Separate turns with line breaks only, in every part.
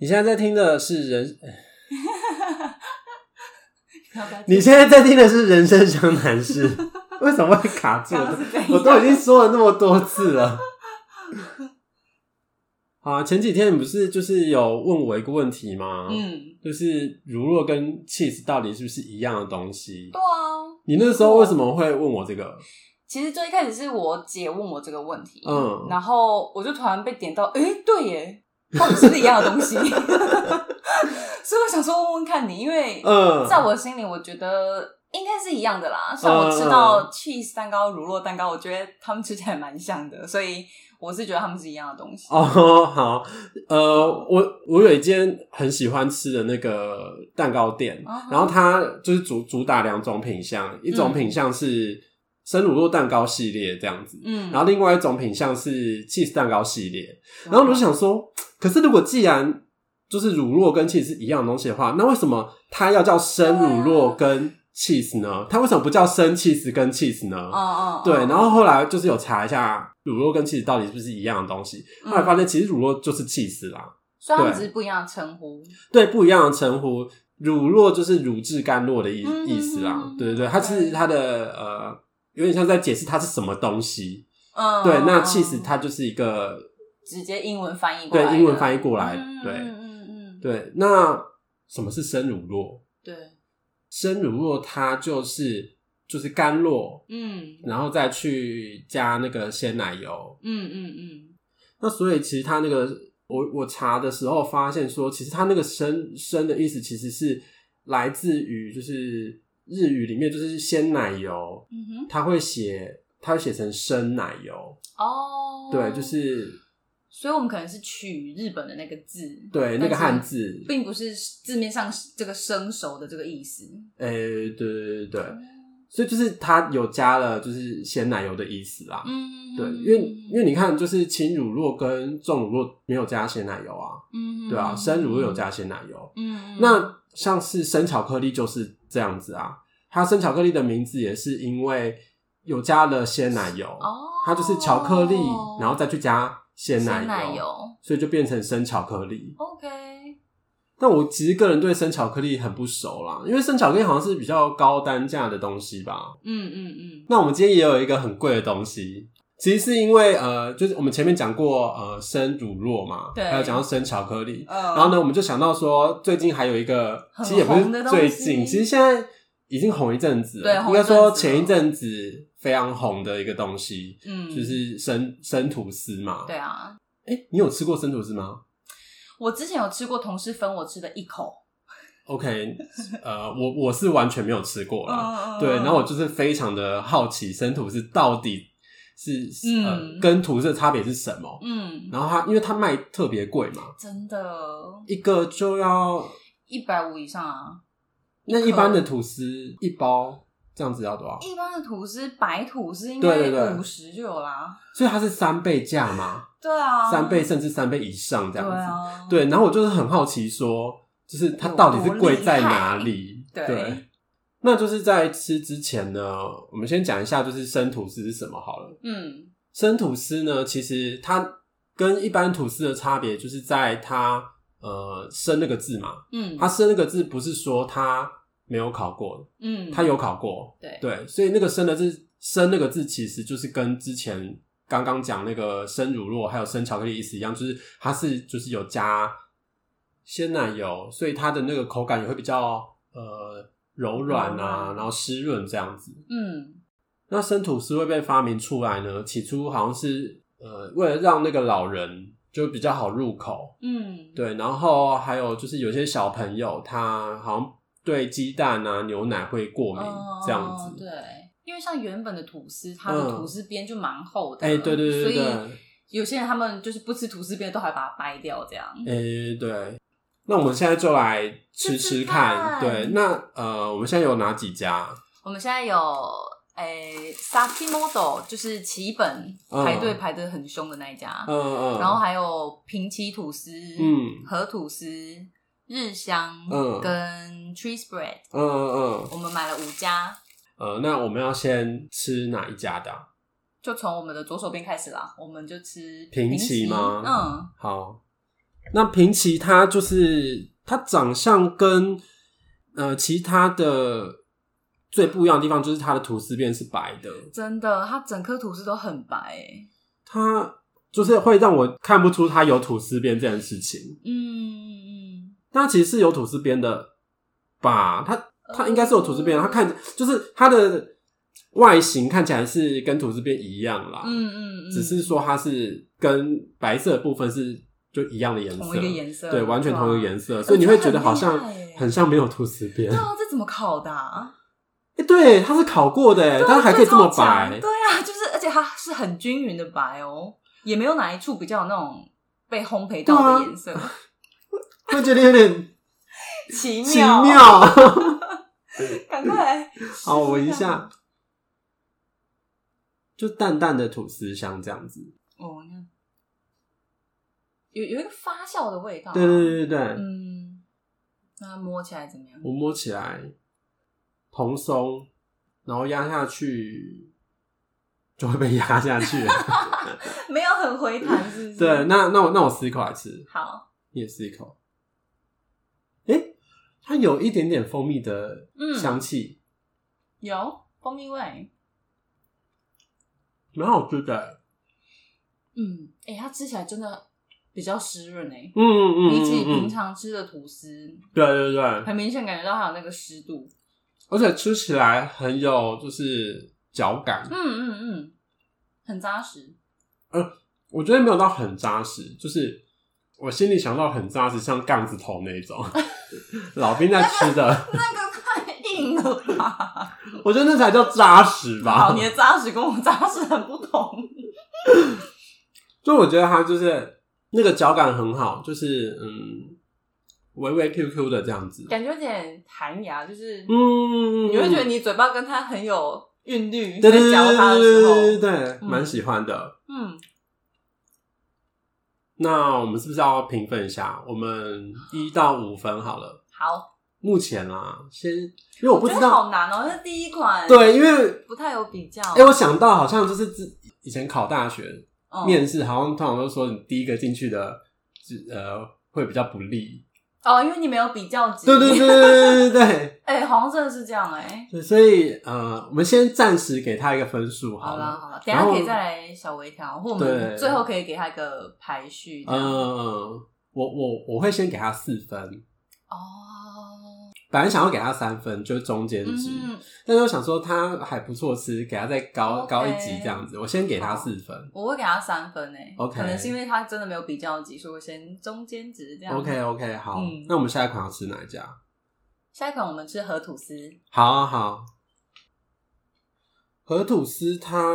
你现在在听的是人，
要不要
你现在在听的是人生相谈 室，为什么会卡住？
刚刚是怎样
我都已经说了那么多次 了。啊，前几天你不是就是有问我一个问题吗？，
嗯，
就是乳酪跟 cheese 到底是不是一样的东西
对？啊。
你那时候为什么会问我这个？
其实最一开始是我姐问我这个问题，
嗯
然后我就突然被点到，诶，对耶，到底是不是一样的东西？ 所以我想说问问看你，因为
嗯，
在我心里，我觉得应该是一样的啦。像我吃
嗯
到 cheese 蛋糕、乳酪蛋糕，我觉得它们吃起来蛮像的，所以我是觉得它们是一样的东西。
哦，好，呃，我我有一间很喜欢吃的那个蛋糕店
哦
然后它就是主主打两种品相，一种
嗯
品相是生乳酪蛋糕系列这样子，
嗯，哦
然后另外一种品相是 cheese 蛋糕系列。然后我就想说，可是如果既然就是乳酪跟 cheese 是一样的东西的话，那为什么它要叫生乳酪
啊
跟 cheese 呢？它为什么不叫生 cheese 跟 cheese 呢？
嗯，嗯嗯，
对，然后后来就是有查一下乳酪跟 cheese 到底是不是一样的东西，
嗯
后来发现其实乳酪就是 cheese 啦，
所以它们
对
只是不一样的称呼。
对，不一样的称呼，乳酪就是乳制甘酪的意
嗯
意思啦
嗯，
对对对，它是
对
它的呃，有点像在解释它是什么东西，
嗯，
对，那
嗯
cheese 它就是一个
直接英文翻译过
对
来的，
英文翻译过来
嗯
对
嗯嗯嗯，
对，那什么是生乳酪？
对，
生乳酪它就是就是甘酪，
嗯
然后再去加那个鲜奶油，
嗯嗯嗯，
那所以其实它那个我我查的时候发现说，其实它那个生生的意思其实是来自于就是日语里面就是鲜奶油，
嗯哼，
它会写它会写成生奶油，
哦，
对，就，是
所以我们可能是取日本的那个字，
对那个汉
但是
字，
并不是字面上这个生熟的这个意思。
诶、对对对对，所以就是它有加了就是鲜奶油的意思啦。
嗯，
对，因为因为你看，就是轻乳酪跟重乳酪没有加鲜奶油啊，
嗯，
对啊，生乳酪有，加鲜奶油，
嗯，嗯
那像是生巧克力就是这样子啊，它生巧克力的名字也是因为有加了鲜奶油，
哦，
它就是巧克力，然后再去加鲜
奶
奶油，
油
所以就变成生巧克力。
，OK，
但我其实个人对生巧克力很不熟啦，因为生巧克力好像是比较高单价的东西吧。
嗯嗯嗯，
那我们今天也有一个很贵的东西，其实是因为呃，就是我们前面讲过呃生乳酪嘛，
对
还有讲到生巧克力，
然
然后呢，我们就想到说，最近还有一个，
很
其实也不
红的
是
东
最
西
近，其实现在已经红一阵子了，
对红
应该
一
说
阵子
前一
了
阵子非常红的一个东西，
嗯，
就是生生吐司嘛。
对，啊，
哎、你有吃过生吐司吗
我之前有吃过同事分我吃的一口，
？OK，呃， 我我是完全没有吃过啦。
嗯
对，然后我就是非常的好奇生吐司到底是、呃
嗯
跟吐司的差别是什么。
嗯，
然后它因为它卖特别贵嘛，
真的，
一个就要
一百五以上啊。
那
颗
一般的吐司一包这样子要多少？
一般的吐司，白吐司应
对对对
该五十就有啦。
所以它是三倍价嘛，
对啊，
三倍甚至三倍以上这
对
样子。
啊，
对，然后我就是很好奇说，就是它到底是贵在哪里？
有多厉害对
那就是在吃之前呢，我们先讲一下就是生吐司是什么好了。
嗯
生吐司呢，其实它跟一般吐司的差别就是在它呃生那个字嘛，
嗯，
它生那个字不是说它没有烤过，
嗯，
它有烤过，
对
对，所以那个生的字“生”那个字，其实就是跟之前刚刚讲那个生乳酪还有生巧克力意思一样，就是它是就是有加鲜奶油，所以它的那个口感也会比较呃柔软
柔
啊，
软
然后湿润这样子。
嗯
那生吐司会被发明出来呢，起初好像是呃为了让那个老人就比较好入口，
嗯，
对，然后还有就是有些小朋友他好像对鸡蛋啊牛奶会过敏、
哦
这样子，
对，因为像原本的吐司，它的
嗯
吐司边就蛮厚的，
哎、对对对对
所
对
以，有些人他们就是不吃吐司边，都还把它掰掉这样。
哎、对。那我们现在就来吃
吃吃
看，
看
对。那呃，我们现在有哪几家？
我们现在有诶 Saki Model，就是奇本
嗯
排队排的很凶的那一家，
嗯嗯，
然后还有平崎吐司、
嗯
和吐司、日香，
嗯
跟 Tree Spread，
嗯嗯嗯
我们买了五家，
呃，那我们要先吃哪一家的啊、
就从我们的左手边开始啦，我们就吃
平
崎
崎吗？
嗯，
好，那平崎他就是他长相跟呃其他的最不一样的地方，就是他的吐司边是白的，
真的，它整颗吐司都很白欸，
他就是会让我看不出他有吐司边这件事情。
嗯，
那其实是有吐司边的吧？他他应该是有吐司边
哦
的，他看就是他的外形看起来是跟吐司边一样啦。
嗯嗯嗯，
只是说它是跟白色的部分是就一样的颜色，
同一个颜色，
对，完全同一个颜色，
哇
所以你会觉
我觉
得
得
好
很厉害
像
耶
很像没有吐司边。
色。对
哎、
啊，这怎么烤的啊？
对，它是烤过的耶，
对啊
但还可以这么
超强
白
对，啊，就是而且它是很均匀的白哦，也没有哪一处比较有那种被烘焙
啊
到的 颜色，
会觉得有点
奇
奇
妙，
妙。
赶快来
好，我
试
一
试看
下，就淡淡的吐司香这样子。
哦，那有有一个发酵的味道、啊
对对对对对，
嗯，那摸起来怎么样？
我摸起来蓬松，然后压下去就会被压下去。
没有很回弹，是不是？
对，那那我那我撕一口来吃。
好，
你也试一口。诶，它有一点点蜂蜜的
嗯
香气，
有蜂蜜味。
蛮、好吃的。
嗯，哎、它吃起来真的比较湿润哎，
嗯嗯嗯
比起
嗯
平
嗯，
常吃的吐司，
对对对，
很明显感觉到它有那个湿度。
而且吃起来很有就是嚼感
嗯，嗯嗯，很扎实。
我觉得没有到很扎实，就是我心里想到很扎实，像杠子头那 种老兵在吃的，
那个太硬了吧？
我觉得那才叫扎实吧
好，。你的扎实跟我扎实很不同。
就我觉得它就是那个嚼感很好，就是嗯微微 QQ 的这样子。
感觉有点弹牙，就是
嗯，
你会觉得你嘴巴跟它很有韵律，
对
在
对对
嚼它的
对
时
对
候，
对，
嗯
蛮喜欢的。
嗯，
那我们是不是要评分一下？我们一到五分好了。
好，目
目前啦，先因为我不
觉
知
得
道，
好难哦，这第一款，
对，因为
不太有比较，
哎、我想到好像就是之以前考大学
嗯
面试，好像通常都说你第一个进去的，呃，会比较不利。
哦，因为你没有比较级，
对对对，对对对
哎，好像真的是这样哎，
对，所以呃，我们先暂时给他一个分数
好
了。
啦好啦，等一下
然后
可以再来小微调，或我
对
们最后可以给它一个排序，这
嗯、
样
我我我会先给他四分，
哦，
本来想要给他三分，就是中间值。
嗯，
但是我想说他还不错吃，给他再高
OK
高一级这样子，我先给他四分。
我会给它三分哎
OK
可能是因为它真的没有比较级，所以我先中间值这样
OK OK，好，
嗯
那我们下一款要吃哪一家？
下一款我们吃河吐司，
好啊好，河吐司它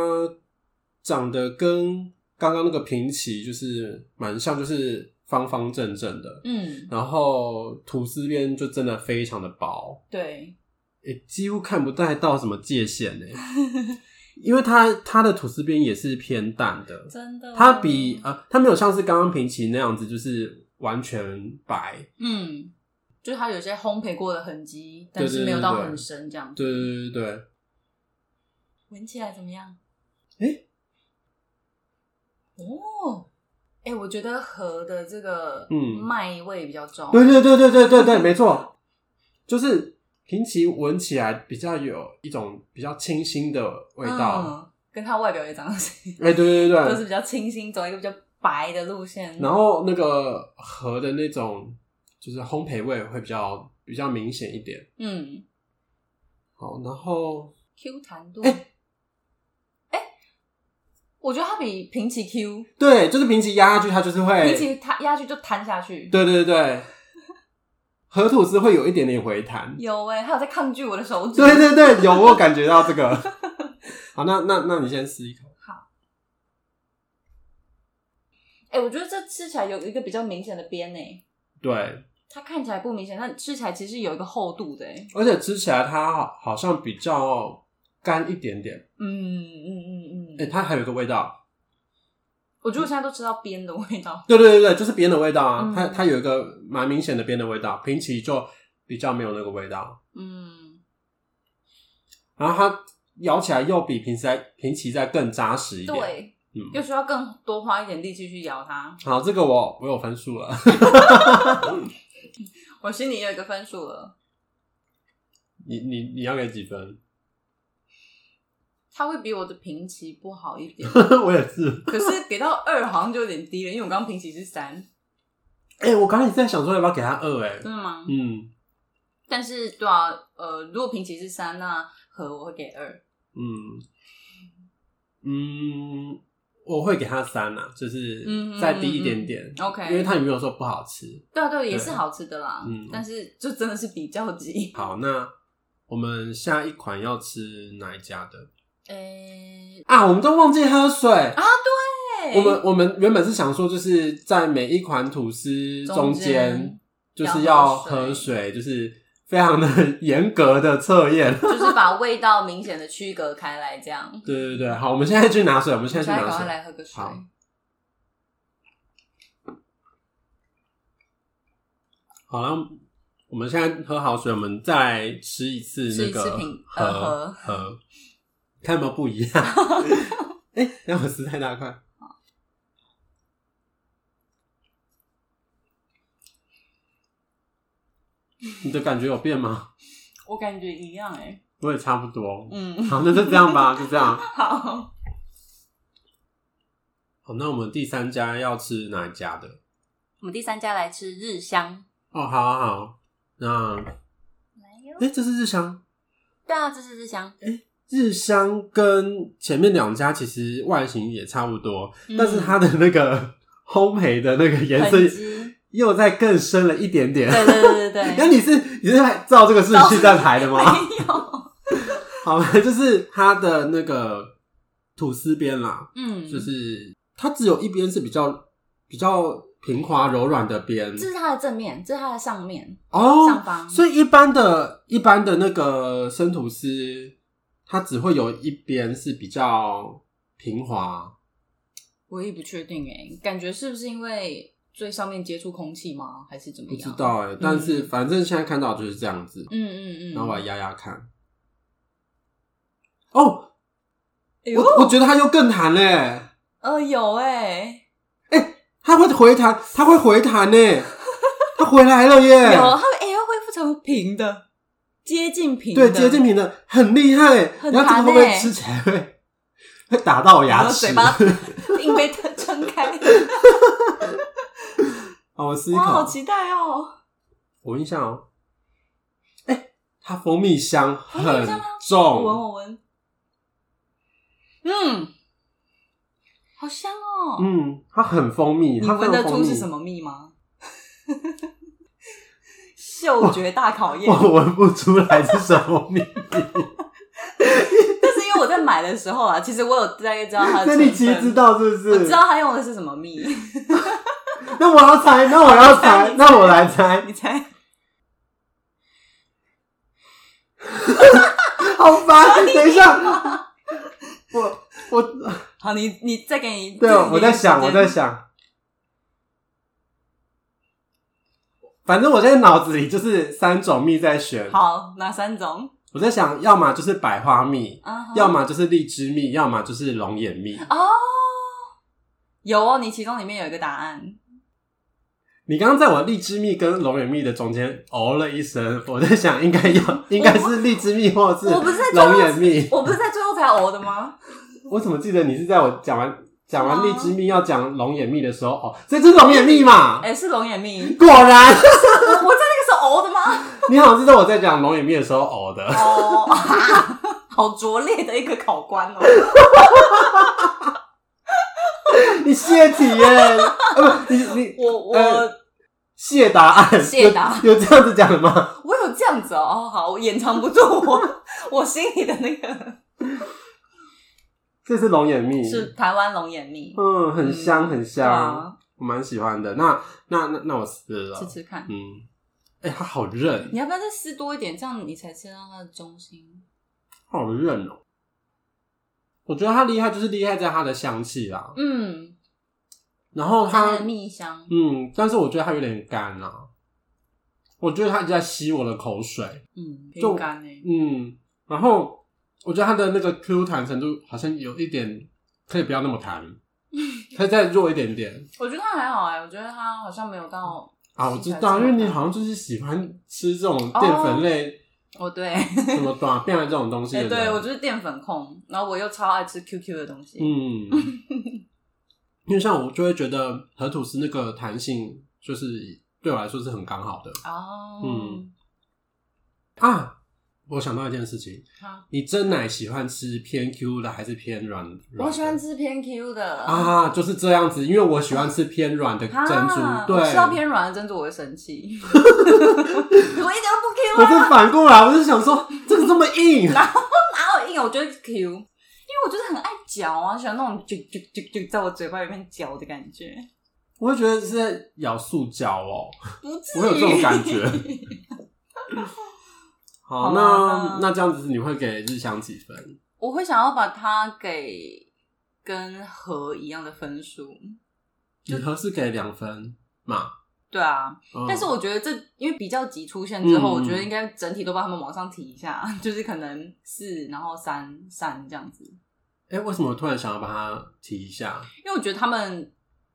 长得跟刚刚那个平崎就是蛮像，就是方方正正的，
嗯，
然后吐司边就真的非常的薄，
对。
也几乎看不太到什么界限 呢、因为它它的吐司边也是偏淡的，
真的，
它比呃，它没有像是刚刚平齐那样子，就是完全白。
嗯，就是它有些烘焙过的痕迹，但
对对
是没有到很深这样。
对对对对
闻起来怎么样？
诶
哦，哎、我觉得和的这个
嗯
麦味比较重。
对对对对对对对，没错，就是平齐闻起来比较有一种比较清新的味道。
嗯，跟它外表也长得是，
哎、对对
都
对
是
对，
比较清新，走一个比较白的路线。
然后那个河的那种就是烘焙味会比较比较明显一点。
嗯
好，然后
，Q 弹度，哎、
诶
我觉得它比平起 Q，
对，就是平齐压下去，它就是会
平起它压下去就弹下去。
对对对，河吐司会有一点点回弹。
有哎、它有在抗拒我的手指。
对对对，有我有感觉到这个。 好，那那那你先试一口。
哎、我觉得这吃起来有一个比较明显的边呢、
对，
它看起来不明显，但吃起来其实有一个厚度的、欸。
而且吃起来它好好像比较干一点点。
嗯嗯嗯嗯。
哎、它还有一个味道。
我觉得我现在都吃到边的味道。
对对对对，就是边的味道啊，
嗯
它它有一个蛮明显的边的味道，平齐就比较没有那个味道。
嗯，
然后它咬起来又比平时在平齐再更扎实一点。
对，
嗯，
又需要更多花一点力气去摇它。
好，这个我我有分数了。
我心里有一个分数了，
你你你要给几分？
它会比我的评级不好一 点，
我也是。
可是给到二好像就有点低了，因为我刚刚评级是三，
哎、我刚才在想说要不要给他二、哎，
真的吗？
嗯
但是对啊，呃，如果评级是三，那和我会给二。
嗯嗯，我会给他三啊，就是
嗯嗯
再低一点点，
OK，
因为他也没有说不好吃。
对啊对啊，也是好吃的啦。
嗯
但是就真的是比较级。
好，那我们下一款要吃哪一家的
诶、
啊？我们都忘记喝水啊！
对
我们我们原本是想说，就是在每一款吐司中间，就是要喝水，就是非常的 严格的测验。
就是把味道明显的区隔开来，这样。
对对对，好，我们现在去拿水，我们现在去
大
拿
家赶快
水。
来喝个水
好。好了，我们现在喝好水，我们再吃一次那
吃一
个
次品
盒
呃
盒，看有没有不一样。 哎、让我撕太大块。你的感觉有变吗？
我感觉一样哎、
我也差不 多。
嗯，
好，那就这样吧，就这样。
好。
好，那我们第三家要吃哪一家的？
我们第三家来吃日香，
哦，好好好。那
来哟
哎、这是日香，
对啊，这是日香，
日香跟前面两家其实外形也差不多，
嗯
但是它的那个 烘焙的那个颜
痕
色
迹
又再更深了一点点。
对对对对
那
对，
你是你是在照这个顺序在排的 吗？
没有，
好吧，就是它的那个吐司边啦，
嗯，
就是它只有一边是比较比较平滑柔软的边
这是它的正面，这是它的上面
哦
上，方，
所以一般的一般的那个生吐司，它只会有一边是比较平滑。
我也不确定哎，感觉是不是因为最上面接触空气吗，还是怎么
不
样？
知道哎、但是
嗯
反正现在看到就是这样子，
嗯嗯嗯，
然后我来压压看。哦，
哎呦，
我我觉得它又更弹嘞、
呃有哎、
它会回弹，它会回弹呢、 它回来了耶！
有它哎、它恢复成平的，接近平的，
对，接近平的，很厉害、
很
然后这
弹
个会不会
欸
吃起来会 会打到
然
牙
后
齿？
嘴巴 硬被它 撑开，
好，哦我试一
哇，好
口，
期待哦！
我闻一下哦。哎、它蜂蜜香
蜜香
很
吗我闻
重，
我闻，嗯，好香哦！
嗯，它很蜂蜜，
你
它非
闻
常
得
蜂
出
蜜
是什？么蜜吗？ 嗅觉大 考 验，
我闻不出来是什么 蜜。
但是因为我在买的时候啊，其实我有大概知道它
那
的成分，
你其实知道是不是？
我知道它用的是什么蜜，
那我要猜，那我要
你
猜
猜，
那我来猜，
你猜？
好 烦！等一下，我我
好，你你再给你
对，啊我在想，我在
想。
想，反正我现在脑子里就是三种蜜在选。
好，哪三种？
我在想，要么就是百花蜜，
啊哈
要么就是荔枝蜜，要么就是龙眼蜜。
哦，有哦，你其中里面有一个答案，
你刚刚在我荔枝蜜跟龙眼蜜的中间哦了一声，我在想应该要 应该是荔枝蜜或是
我不是在
龙眼蜜。
我不是在最后才熬的吗？
我怎么记得你是在我讲完讲完
吗
荔枝蜜要讲龙眼蜜的时候哦，这就是龙眼蜜嘛？
哎、是龙眼蜜，
果
我
然，
我在那个时候熬的吗？
你好像是在我在讲龙眼蜜的时候哦的。
哦， 好拙劣的一个考官 哦。
你泄题耶？呃，不，你你
我我、
呃谢答案，
谢答
有有这样子讲的吗？
我有这样子哦，哦好，我掩藏不住我 我心里的那
嗯
个
这是龙眼蜜，
是台湾龙眼蜜，
嗯，很香
嗯
很
对
香，
啊，
我蛮喜欢的。那那那那我撕了
吃，吃看。
嗯，哎，它好韧，
你要不要再撕多一点，这样你才吃到它的中心？
好韧哦。我觉得它厉害，就是厉害在它的香气啦。
嗯，
然后
它
它
的蜜香，
嗯，但是我觉得它有点干啦、我觉得它一直在吸我的口水。
嗯，
就
饼干诶，
嗯， 然后我觉得它的那个 Q 弹程度好像有一点可以不要那么弹，它再弱一点点
我觉得它还好哎、我觉得它好像没有到
啊！我知
西餐
道，因为你
这么大
好像就是喜欢吃这种淀粉类、
哦，对，
什么短片这种东西的
哎，
人。
对我就是淀粉控，然后我又超爱吃 QQ 的东西，
嗯，因为像我就会觉得和吐司那个弹性，就是对我来说是很刚好的
哦，
嗯，啊。我想到一件事情，
好，
你蒸奶喜欢吃偏 Q 的还是偏软？软的
我喜欢吃偏 Q 的，
啊，就是这样子，因为我喜欢吃偏软的珍珠，
啊
对，
我吃到偏软的珍珠我会生 气，我一点都不 Q
我
啊，
是反过来，我是想说这个这么 硬，
哪有硬啊？我觉得 Q，因为我就是很爱嚼啊，喜欢那种啾啾啾啾在我嘴巴里面嚼的感觉，
我会觉得是在咬塑胶哦、
不至于，
我有这种感 觉。好，
好
那
啦
那这样子你会给日香几分？
我会想要把它给跟和一样的分数，
你合适给两分嘛？
对啊，
嗯
但是我觉得这因为比较级出现之后，
嗯
我觉得应该整体都把他们往上提一下， 就是可能四，然后三三这样子，
哎、为什么我突然想要把它提一下？
因为我觉得他们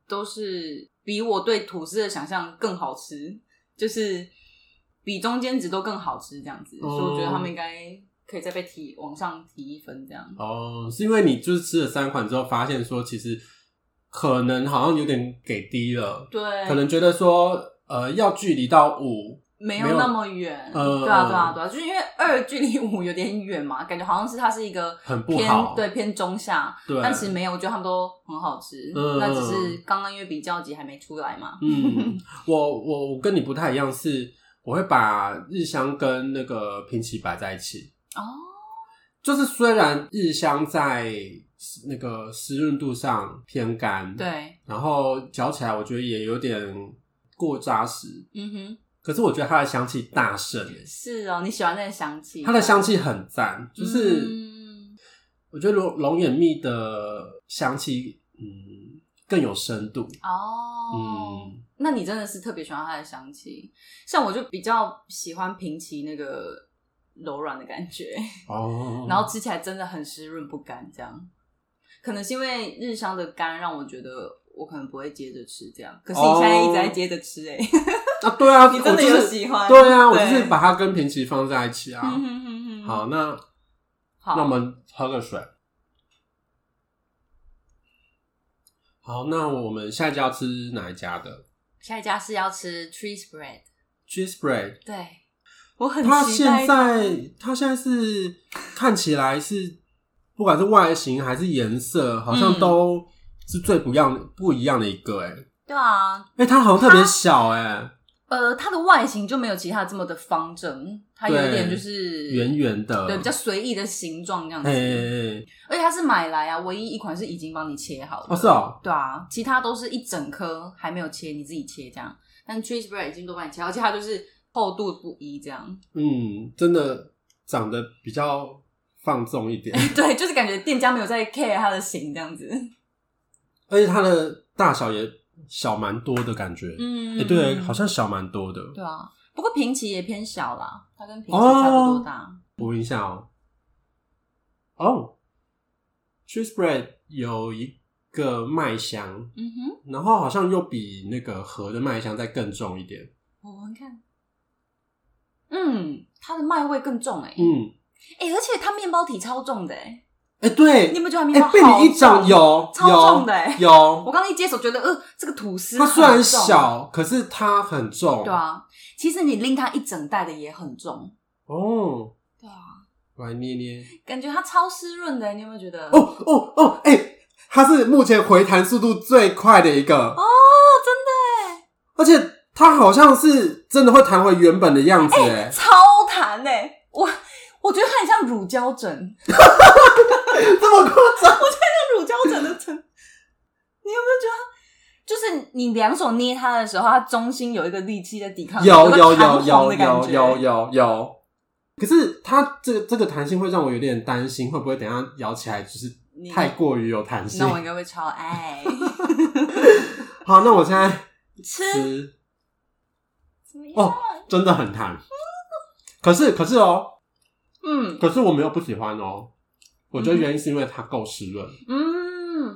都是比我对吐司的想象更好吃，就是比中间值都更好吃这样子，
哦
所以我觉得他们应该可以再被提往上提一分这样。
哦，是因为你就是吃了三款之后，发现说其实可能好像有点给低了，
对，
可能觉得说呃要距离到五，没
没有
有
那么远，
呃
对啊，对啊，对啊，就是因为二距离五有点远嘛，感觉好像是它是一个
很不
偏
好
对偏中下，
对
但其实没有，我觉得他们都很好吃，
嗯
那只是刚刚因为比较级还没出来嘛，
嗯，我我我跟你不太一样，是我会把日香跟那个平崎摆在一起。
哦，
就是虽然日香在那个湿润度上偏干，，
对，
然后嚼起来我觉得也有点过扎实，
嗯哼，
可是我觉得它的香气大盛欸，
是哦，你喜欢那个香气，
它的香气很赞，就是、
嗯
我觉得龙龙眼蜜的香气，嗯，更有深度，
哦，
嗯
那你真的是特别喜欢它的香气，像我就比较喜欢平齐那个柔软的感觉，
哦，
然后吃起来真的很湿润不干，这样可能是因为日香的干让我觉得我可能不会接着吃这样，可是你现在一直在接着吃哎、
啊，对啊，
你真
我就
的
是
有喜欢
对啊，我就
对
是把它跟平齐放在一起啊。
嗯哼哼哼
好，那
好，
那我们喝个水。好，那我们下一家要吃哪一家的
下一家是要吃 tree spread，
cheese bread？
对我很
它
期待啊
现在它现在是看起来是不管是外形还是颜色，好像
嗯
都是最不一样不一样的一个哎、欸、
对啊，
哎、它好像特别小哎、
呃，它的外形就没有其他这么的方正，它有
对
点就是
圆圆的，
对比较随意的形状这样子，
哎哎哎
而且它是买来啊，唯一一款是已经帮你切好的
哦是哦，
对啊，其他都是一整颗还没有切，你自己切这样。但 cheese bread 已经都帮你切好，而且它就是厚度不一这样。
嗯，真的长得比较放纵一点。
对，就是感觉店家没有在 care 它的型这样子。
而且它的大小也小蛮多的感觉。
嗯，
哎、对，好像小蛮多的。
对啊。不过平齐也偏小啦，它跟平齐
哦
差不多大。
我闻一下哦、哦、c h e e s e bread 有一个麦香，
嗯哼，
然后好像又比那个盒的麦香再更重一点。
我闻看。嗯，它的麦味更重哎、欸，
嗯，
哎、而且它面包体超重的哎、
哎、对，哎、
你有没有觉得它面包好
被
重？
你一讲有
超重的欸
有有
我，刚刚一接手觉得，呃，这个吐司
它虽然
很重，
小，可是它很重。
对，啊，其实你拎它一整袋的也很重，
哦，
对啊，
我来捏捏。
感觉它超湿润的，你有没有觉得？
哦哦哦，哎、它是目前回弹速度最快的一个。
哦，真的
而且它好像是真的会弹回原本的样子哎、
耶，超弹呢，我我觉得它很像乳胶枕，
这么夸张？
像乳胶枕的枕， 你有没有觉得它？就是你两手捏它的时候，它中心有一个力气在抵抗，
有
啊个
有有
弹簧
有
的感
有
觉
有有有。可是它这个这个弹性会让我有点担心，会不会等一下咬起来就是
你
太过于有弹性
那？我应该会超 爱
好，那我现在
吃，
吃，
怎么样
哦真的很弹。可是可是哦，
嗯
可是我没有不喜欢哦。我觉得
嗯哼
原因是因为它够湿润，
嗯，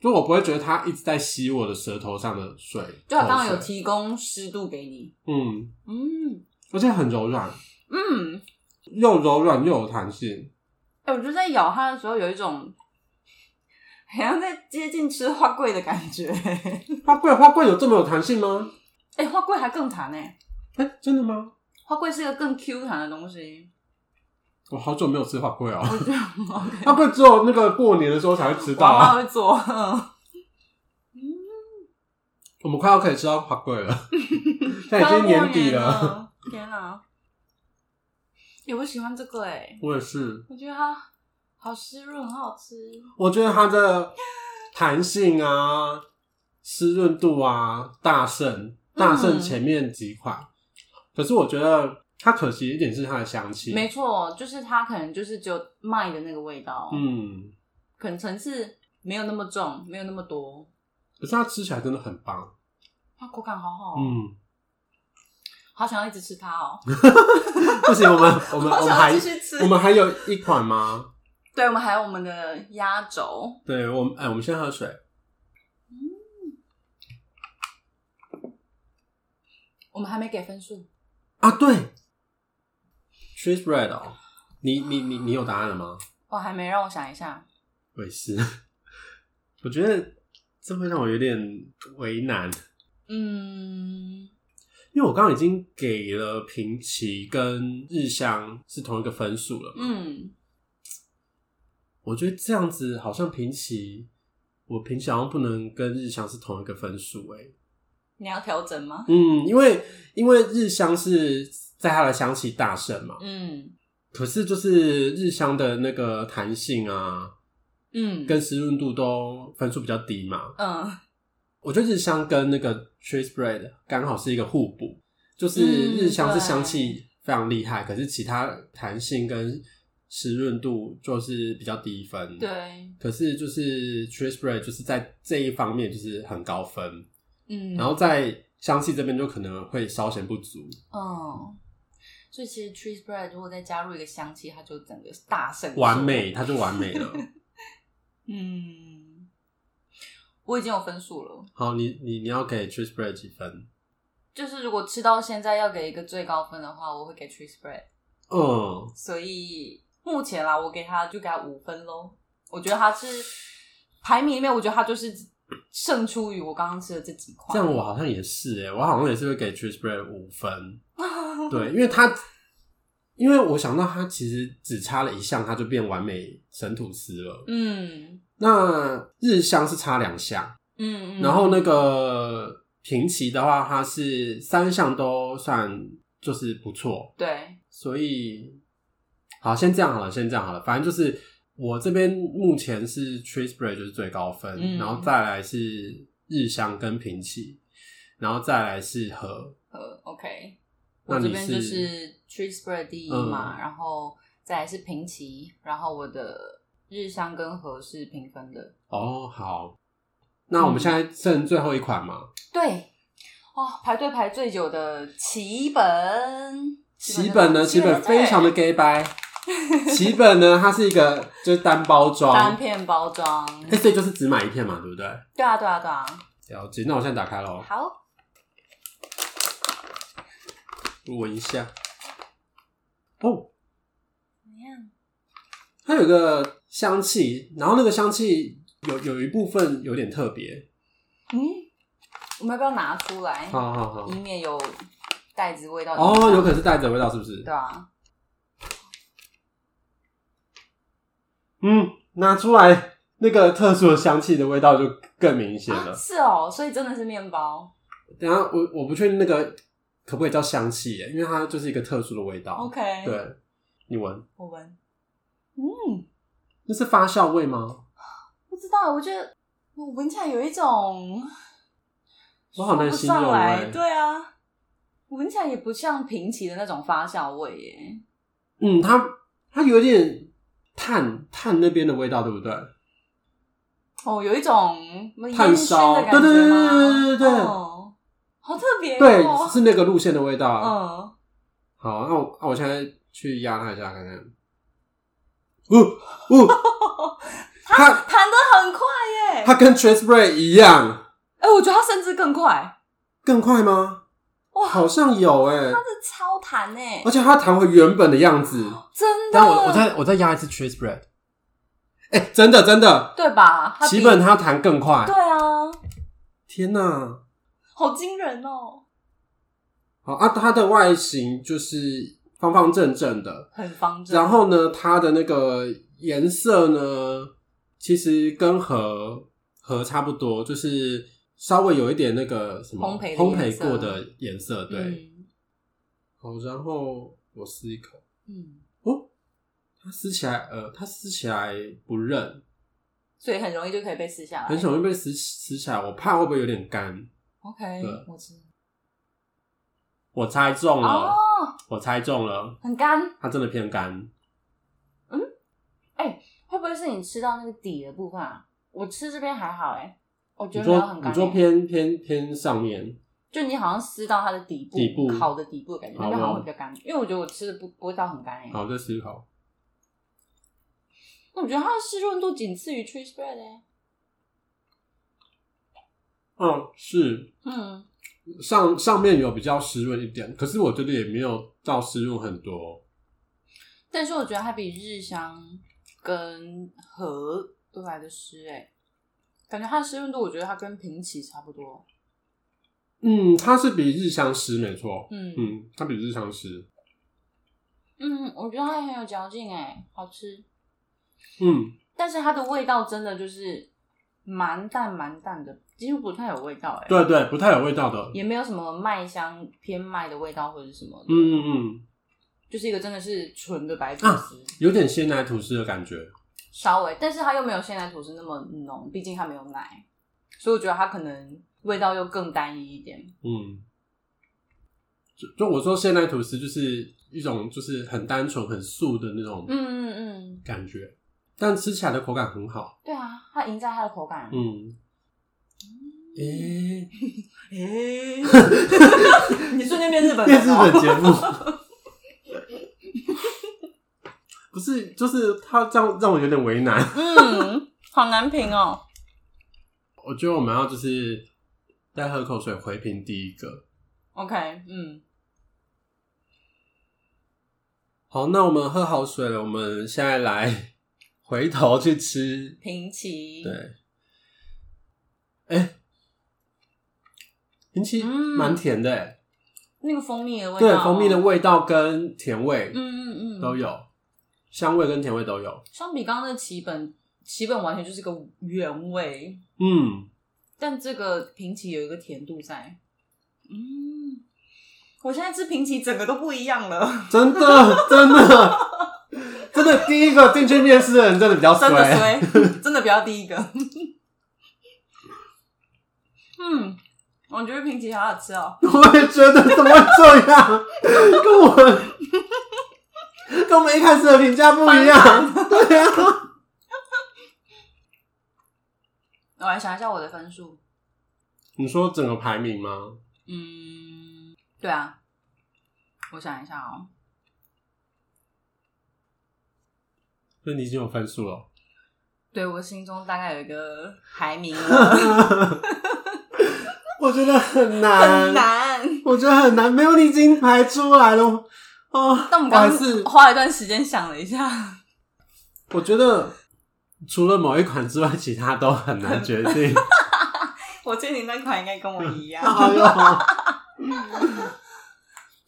就我不会觉得它一直在吸我的舌头上的水，
就它
口
刚刚
水
有提供湿度给你，
嗯，
嗯
而且很柔软，
嗯，
又柔软又有弹性，
哎、我觉得在咬它的时候有一种好像在接近吃花桂的感觉，
花桂花桂有这么有弹性吗？
哎、花桂还更弹哎、
哎、真的吗？
花桂是一个更 Q 弹的东西，
我好久没有吃花桂哦、
我觉得 OK，
花桂只有那个过年的时候才会吃
我
到
妈
啊。
会做，
我们快要可以吃到花桂 了，现在已经年底了。
了，天哪！哎、我喜欢这个哎、
我也是，
我觉得它好湿润，很好吃。
我觉得它的弹性啊、湿润度啊大胜大胜前面几款，可是我觉得它可惜一点是它的香气。
没错，就是它可能就是只有麦的那个味道，，
嗯，
可能层次没有那么重，没有那么多，
可是它吃起来真的很棒。
它口感好好哦，
嗯，
好想要一直吃它哦，
不行，我们我 们
好
我们
想
还
要继续吃
我。们还有一款吗？
对，我们还有我们的压轴，
对，我们哎、我们先喝水。
我们还没给分数，
啊，对，cheese bread 哦，你你你你有答案了吗？
哇，哦还没让我想一下。
我也是， 我觉得这会让我有点为难，
嗯，
因为我刚刚已经给了平崎跟日香是同一个分数了，
嗯，
我觉得这样子好像平崎，我平崎好像不能跟日香是同一个分数哎、
你要调整吗？
嗯，因为因为日香是在它的香气大胜嘛，
嗯
可是就是日香的那个弹性啊，
嗯
跟湿润度都分数比较低嘛。
嗯
我觉得日香跟那个 cheese bread 刚好是一个互补，
嗯
就是日香是香气非常厉害，可是其他弹性跟湿润度就是比较低分。，
对，
可是就是 cheese bread 就是在这一方面就是很高分，
嗯，
然后在香气这边就可能会稍显不足。
嗯，所以其实 cheese bread 如果再加入一个香气，它就整个大胜出
完美，。它就完美 了。
嗯，我已经有分数了，
好，你你你要给 cheese bread 几分？
就是如果吃到现在要给一个最高分的话，我会给 cheese bread。
嗯，
所以目前啦，我给他就给他五分喽。我觉得他是排名里面，我觉得他就是胜出于我刚刚吃的这几款。
这样我好像也是哎、我好像也是会给 cheese bread 五分。对，因为它，因为我想到它其实只差了一项，它就变完美神吐司了。
嗯
那日香是差两项，
嗯嗯，
然后那个平崎的话，它是三项都算就是不错，
对，
所以好，先这样好了，先这样好了，反正就是我这边目前是 cheese bread 就是最高分，
嗯
然后再来是日香跟平崎，然后再来是和
呃，OK，
那
我这
你嗯
边就是是 cheese bread 第一嘛，然后再来是平崎，然后我的日香跟和是平分的。
哦好。那
嗯
我们现在剩最后一款嘛，
对，哦，排队排最久的奇本，
奇本呢，奇本
在
非常的 gay 掰。奇本呢，它是一个就是单包装，
单片包装。
哎、所以就是只买一片嘛，对不对？
对啊，对啊，对啊。
了解。那我现在打开喽，
好，
闻一下。哦，
怎么样？
它有个香气，然后那个香气有有一部分有点特别。
嗯，我们要不要拿出来？
好好好
以。免有袋子味道影响。
哦，有可能是带着味道，是不是
对？啊，
嗯，拿出来那个特殊的香气的味道就更明显
啊
了。
是哦，所以真的是面包。
等一下我我不确定那个可不可以叫香气耶，因为它就是一个特殊的味道。
OK，，
对，你闻，
我闻，嗯，
那是发酵味吗？
不知道，我觉得我闻起来有一种，
我好难
说不
形容
上来
欸
对啊，闻起来也不像平齐的那种发酵味耶。
嗯，它它有点碳碳那边的味道，对不对？
哦，有一种什么
炭
烟熏
烧
的感觉
对对对
吗
对对对对对
哦，好特别、哦，
对，是那个路线的味道啊。
嗯，
好，那我那哦 我现在去压它一下看看。呜呜，他
弹的很快耶！
他跟 Trace Ray 一样，
哎、我觉得他甚至更快，
更快吗？
哇
好像有哎、
他是超弹哎
而，且他弹回原本的样子。
真 的。
但我我再我再压一次 Trace Ray，哎、真的真的，
对吧？他比
齐本他弹更快，
对啊，
天哪！
好惊人哦，
好啊，它的外形就是方方正正的，
很方正。
然后呢，它的那个颜色呢，其实跟和和差不多，就是稍微有一点那个什么
烘焙的
烘
颜
焙
色
过的颜色，对。
嗯
好，然后我撕一口，
嗯，
哦，它撕起来，呃，它撕起来不韧，
所以很容易就可以被撕下来。
很容易被撕撕起来，我怕会不会有点干？
OK，
对
我知道。
我猜中了，
哦，
我猜中了，
很干，
它真的偏干，
会不会是你吃到那个底的部分啊？我吃这边还好哎，我觉
你
得没有
说
很干
你
欸。
说偏偏偏上面。
就你好像撕到它的底部，
底部
烤的底部的感觉，那
好
边好像
哦
会比较干，因为我觉得我吃的不不会到很干哎、
好，再思考。
我觉得它的湿润度仅次于 tree spread 哎、
嗯，是
嗯，
上上面有比较湿润一点，可是我觉得也没有到湿润很多。
但是我觉得它比日香跟和都来的湿哎、感觉它的湿润度，我觉得它跟平起差不多，
嗯，它是比日香湿，没错。
嗯嗯
嗯，它比日香湿。
我觉得它也很有嚼劲哎、好吃，
嗯，
但是它的味道真的就是蛮淡蛮淡的，几乎不太有味道哎、
对对，不太有味道的。
也没有什么麦香偏麦的味道或者什么的，
嗯嗯嗯，
就是一个真的是纯的白吐
啊
司，
有点鲜奶吐司的感觉。
稍微，但是它又没有鲜奶吐司那么浓，毕竟它没有奶，所以我觉得它可能味道又更单一一点。
嗯，就就我说鲜奶吐司就是一种就是很单纯很素的那种
嗯嗯嗯，
感觉，但吃起来的口感很好。
对啊，它赢在它的口感。啊
嗯，诶、
诶你瞬间变日 本哦
电
人
视
了
本节目， 不是，就是他这样让我有点为难。
嗯，好难评哦。
我觉得我们要就是再喝口水回评第一个。
OK，嗯，
好，那我们喝好水了，我们现在来 回头去吃。
平齐。
对，，哎、平其
嗯
蛮甜的、欸，
那个蜂蜜的味道，
对，蜂蜜的。味道跟甜味
嗯嗯嗯，
都有，香味跟甜味都有。
相比刚刚的奇本，奇本完全就是个原味，
嗯，
但这个平齐有一个甜度在。嗯，我现在吃平齐整个都不一样了，
真的，真的， 真的，第一个进去面试的人真的比较衰。
真的衰， 真的不要第一个。嗯，我觉得平齐好好吃哦。
我也觉得怎么会这样，跟我跟我们一开始的评价不一样。对啊，
我来想一下我的分数。
你说整个排名吗？
嗯，对啊，我想一下哦。
那你已经有分数了。
对我心中大概有一个排名 了，
我觉得很难，
很难。
我觉得很难，没有你已经排出来了。哦，
但我们
我还
刚
是
刚花了一段时间想了一下，
我觉得除了某一款之外，其他都很难决 定。
我觉得你那款应该跟我一样。
哎呦，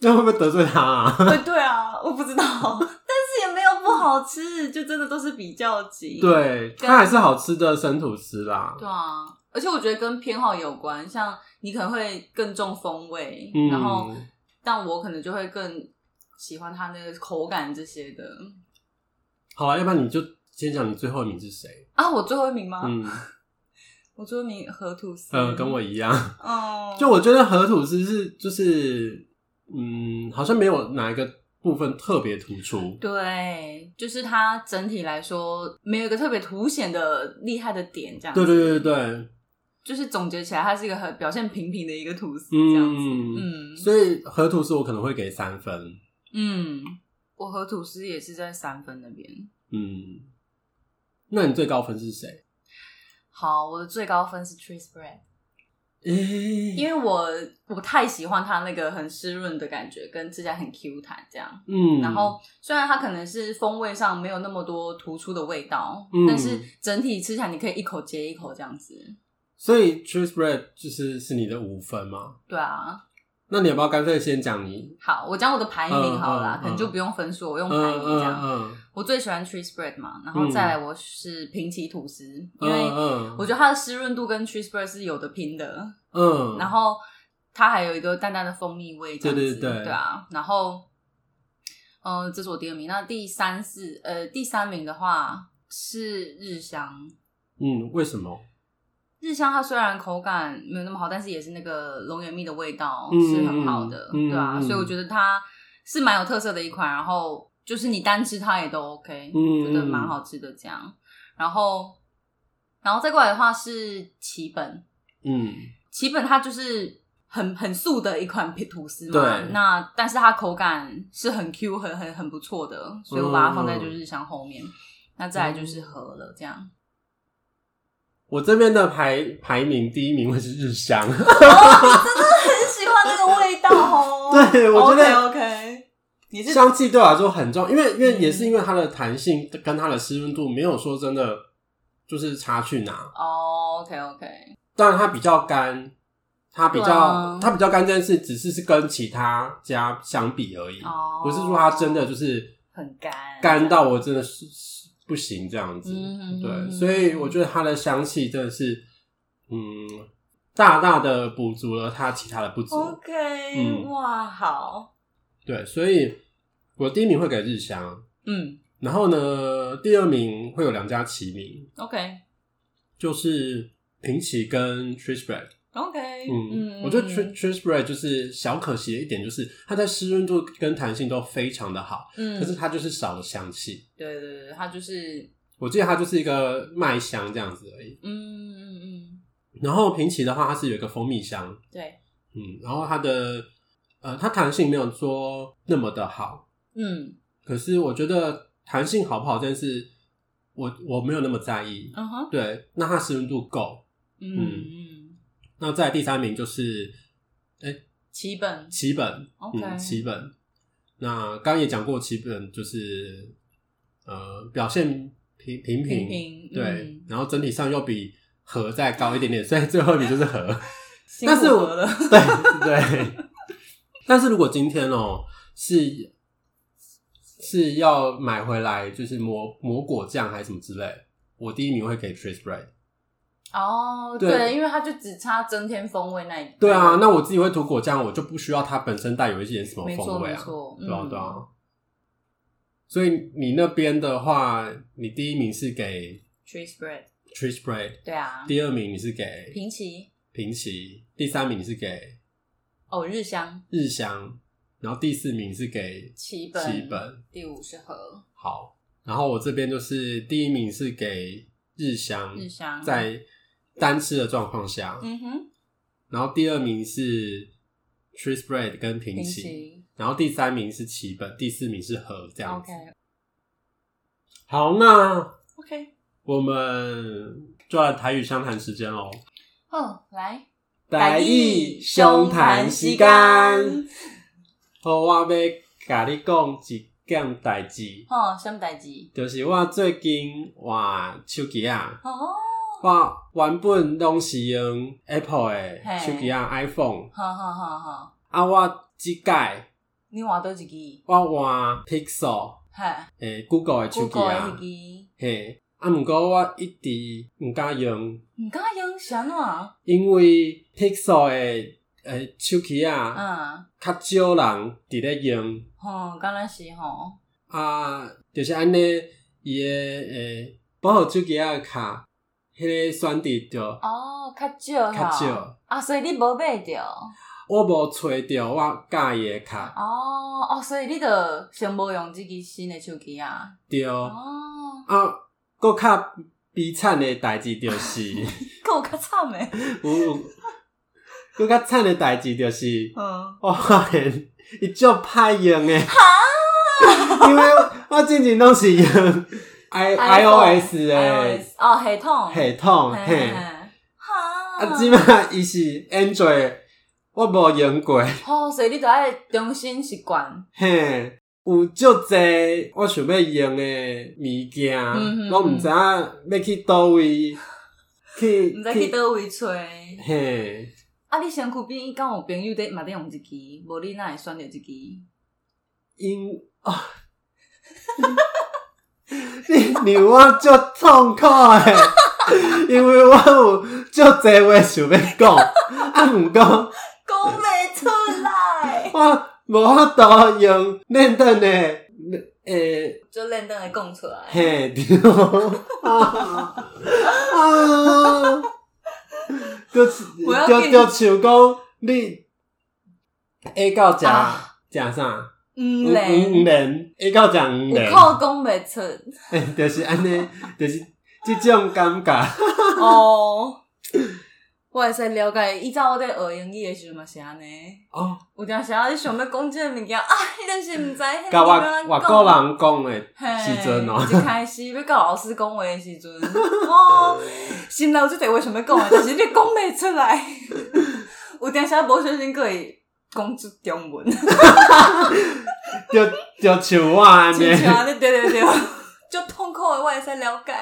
那会不会得罪他啊？
对对啊，我不知道， 但是也没有不好吃，就真的都是比较级。
对，
跟
它还是好吃的生吐司啦。
对啊，而且我觉得跟偏好有关，像你可能会更重风味，
嗯，
然后但我可能就会更喜欢它那个口感这些的。
好啊，要不然你就先讲你最后一名是谁？
啊，我最后一名吗？
嗯，
我最后一名河吐司。
呃，跟我一样。
哦，
就我觉得和吐司是就是，嗯，好像没有哪一个部分特别突出。
对，就是它整体来说没有一个特别凸显的厉害的点，这样子
对对对对嗯对，
就是总结起来，它是一个很表现平平的一个吐司这样子。
嗯
嗯
所以和吐司我可能会给三分。
嗯，我和吐司也是在三分那边。
嗯，那你最高分是谁？
好，我的最高分是 Trees Bread，因
诶，
为我我太喜欢它那个很湿润的感觉，跟吃起来很 Q 弹这样。
嗯，
然后虽然它可能是风味上没有那么多突出的味道，
嗯
但是整体吃起来你可以一口接一口这样子。
所以 Choose Bread 就是是你的五分吗？
对啊，
那你要不要干脆先讲你？
好，我讲我的排名好了啦，
嗯嗯
可能就不用分数，我用
嗯
排名这样。
嗯
我最喜欢 cheese bread 嘛，然后再来我是平起吐司，
嗯，
因为
嗯
我觉得它的湿润度跟 cheese bread 是有的拼的，
嗯，
然后它还有一个淡淡的蜂蜜味这样子，
对对对
对啊，然后，嗯、这是我第二名，那第三四呃第三名的话是日香，
嗯，为什么？
日香它虽然口感没有那么好，但是也是那个龙眼蜜的味道
嗯
是很好的，
嗯
对啊，
嗯
所以我觉得它是蛮有特色的一款。然后就是你单吃它也都 OK，、
嗯
觉得蛮好吃的这样。然后，然后再过来的话是奇本，
嗯
奇本它就是很很素的一款吐司嘛，
对
那但是它口感是很 Q 很很很不错的，所以我把它放在
嗯
就是日香后面。那再来就是和了这 样，
我这边的排排名第一名会是日 香，
很喜欢那个味道哦
对我觉得
OK OK，你是
香气对我来说很重要，因为因为
嗯
也是因为它的弹性跟它的湿润度没有说真的就是差去哪，
哦 OK OK，
当然它比较干，它比
对
较、
啊
它比较干这件事，只是是跟其他家相比而已，
哦，
不是说它真的就是
很干
干到我真的是是不行这样子，
嗯
对，所以我觉得它的香气真的是嗯大大的补足了它其他的不足，
OK，、
嗯
哇好，
对，所以我第一名会给日香。
嗯
然后呢，第二名会有两家齐名，
OK
就是平崎跟 Trish Bread。
OK，
嗯，我觉得 Trish Trish Bread 就是小可惜的一点，就是它在湿润度跟弹性都非常的好，
嗯，
可是它就是少了香气。
对对对，它就是
我记得它就是一个麦香这样子而已。
嗯嗯嗯，
然后平崎的话，它是有一个蜂蜜香，
对，
嗯，然后它的呃，它弹性没有说那么的好，
嗯
可是我觉得弹性好不好这件事，我我没有那么在意。
嗯哼，
对，那它湿润度够，
嗯嗯，
那在第三名就是
七本
奇本
OK
嗯，奇本。那刚刚也讲过，奇本就是呃表现平平
平平
对，
嗯
然后整体上又比和再高一点点，所以最后一名就是和。
辛
但是
苦
我
了
对对。 但是如果今天哦是是要买回来就是抹抹果酱还是什么之类，我第一名会给 Trace Bread。
哦，
对
对，因为它就只差增添风味那一
对啊，那我自己会涂果酱，我就不需要它本身带有一些什么
没错
风味
没
啊。
错，
对啊，
嗯
对啊。所以你那边的话，你第一名是给
，Cheese bread，
Trish Bread，
对啊，
第二名你是给
平崎
平崎，第三名你是给
哦日香
日香，然后第四名是给
七本
七本。
第五是和
好，然后我这边就是第一名是给日香，
日香，
嗯在单吃的状况下，
嗯哼
然后第二名是 Trish Bread 跟平
平
崎，
崎
然后第三名是七本，第四名是和这样子。
，OK
好，那
OK，
我们就来台语相谈时间喽。
哦来，
干，好，我要甲你讲一件代志，
哦什么代志？
就是我最近换手机啊，
哦，
我原本拢是用 Apple 的手机啊，iPhone，
好好好好，
啊，我即届
你换多一支，
我换 Pixel
嘿
诶，Google 的手机
，Google 的
啊，
迄支，
嘿，啊，毋过我一直毋敢用。
唔敢用啥喏，
因为 Pixel 的诶手机啊，
嗯，
较少人伫咧用
吼，敢若是吼。
啊，就是安尼伊的诶保护手机啊的卡，迄、个选择着
哦，较
较
少哈，
少，
啊，所以你无买着，
我无揣着我喜意的卡，
哦哦，所以你就先无用即支新的手机啊，
对，
哦，
啊，搁较悲惨的代志就是
够较惨 诶，
有有，搁较惨的代志就是。
嗯，
我发现 伊足歹用诶，因为我之前拢是用 i
iPhone
iOS 哎，
哦，黑痛，
很痛
嘿
嘿。
哈，
啊，即嘛伊是 Android，我无用过
哦，所以你都要重新习惯。
嘿。有足侪我想要用诶物件
嗯，嗯
我毋知影要去倒 位，去
毋知去倒位揣。
嘿。
啊，你身躯边伊敢有朋友伫嘛伫用一支，无你哪会选着一支？
因啊， 你让我足痛苦诶，因为我有足侪话想要讲，啊，毋过
讲袂出 来，
我无法度用恁等诶，诶、
就认真诶讲出来。
嘿，对，啊，啊， 就是
我要
就
给你
就像讲你下到食
啊
食啥？
嗯
黄黄
嘞，
连下到食黄
有
连。
口讲袂出。
就是安尼，就是即种感觉。
哦，我会使了解。以前我伫学英语诶时阵嘛是安尼，
哦，
有当时啊，你想要讲即个物件啊，迄阵是毋知道。
甲
那个要
外
怎么
外
讲
国人讲诶
嘿
时阵哦，
一开始要甲老师讲话的时阵，哦，心内有即个话想要讲的，但是你讲袂出来。有当时啊无小心个会讲出中文，
就就像我安尼
亲，像安尼对对对，足痛苦的，我会使了解。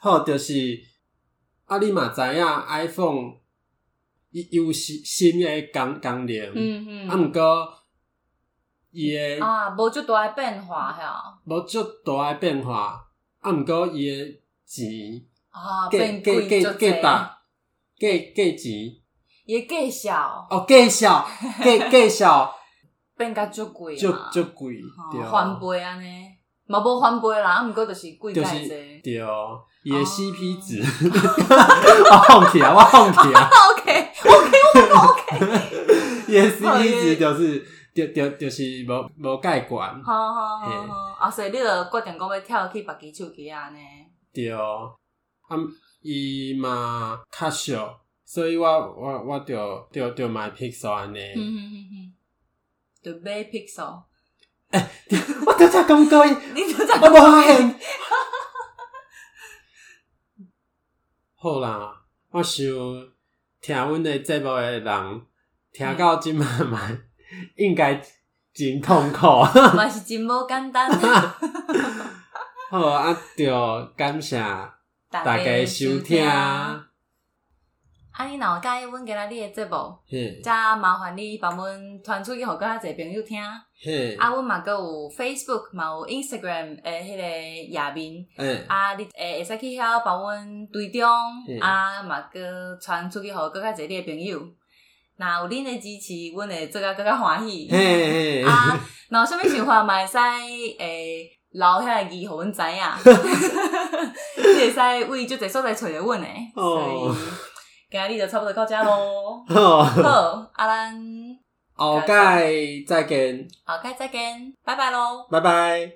好，就是啊，你嘛知影 iPhone 伊伊有新新诶功功能，
嗯
啊，毋过伊诶
啊，无足大的变化吓，
无足大诶变化，啊，毋过伊诶钱
啊，
价
变
价
贵
价
足济，
价值价价钱
也介绍
哦，价少价价 少
变甲足贵
就
嘛，
就贵
哦
对。啊
翻倍安尼，嘛无翻倍啦，啊，毋过就是贵介
就是
济。
对哦，伊的 CP 值， 我放弃啊，我放弃啊，
OK，
伊的
好
CP 值就是就就就是无无盖管，
好好好好，啊，所以你就决定讲要跳去别支手机啊呢？
对哦，啊，伊嘛较俗，所以我我我就就就买 Pixel 安尼，
嗯嗯嗯嗯，就买 Pixel，
我都在讲过，我
你就在
啊无发现。 好啦，我想听阮的节目的人，听到即满嘛，应该真痛苦。
嘛是真无简单。
好啊，就感谢大家收听。
啊，你若有介意阮今仔日的节目，
嘿，
则麻烦你帮阮传出去，互更较侪朋友听。啊，
嘿，
阮嘛阁有 Facebook，嘛有 Instagram 诶，迄个页面。
嗯，
啊，你诶会使去遐帮阮追踪
嗯，
啊嘛搁传出去互搁较侪你诶朋友。若有恁诶支持，阮会做甲搁较欢喜。
嘿 嘿，
啊，若有啥物想法嘛会使诶留遐个字互阮 知影，你会使为即个所在找着阮诶。
哦。
所以今日就差不多到遮咯
好，
好，啊咱
后盖再见，
后盖再见，拜拜咯。
拜拜。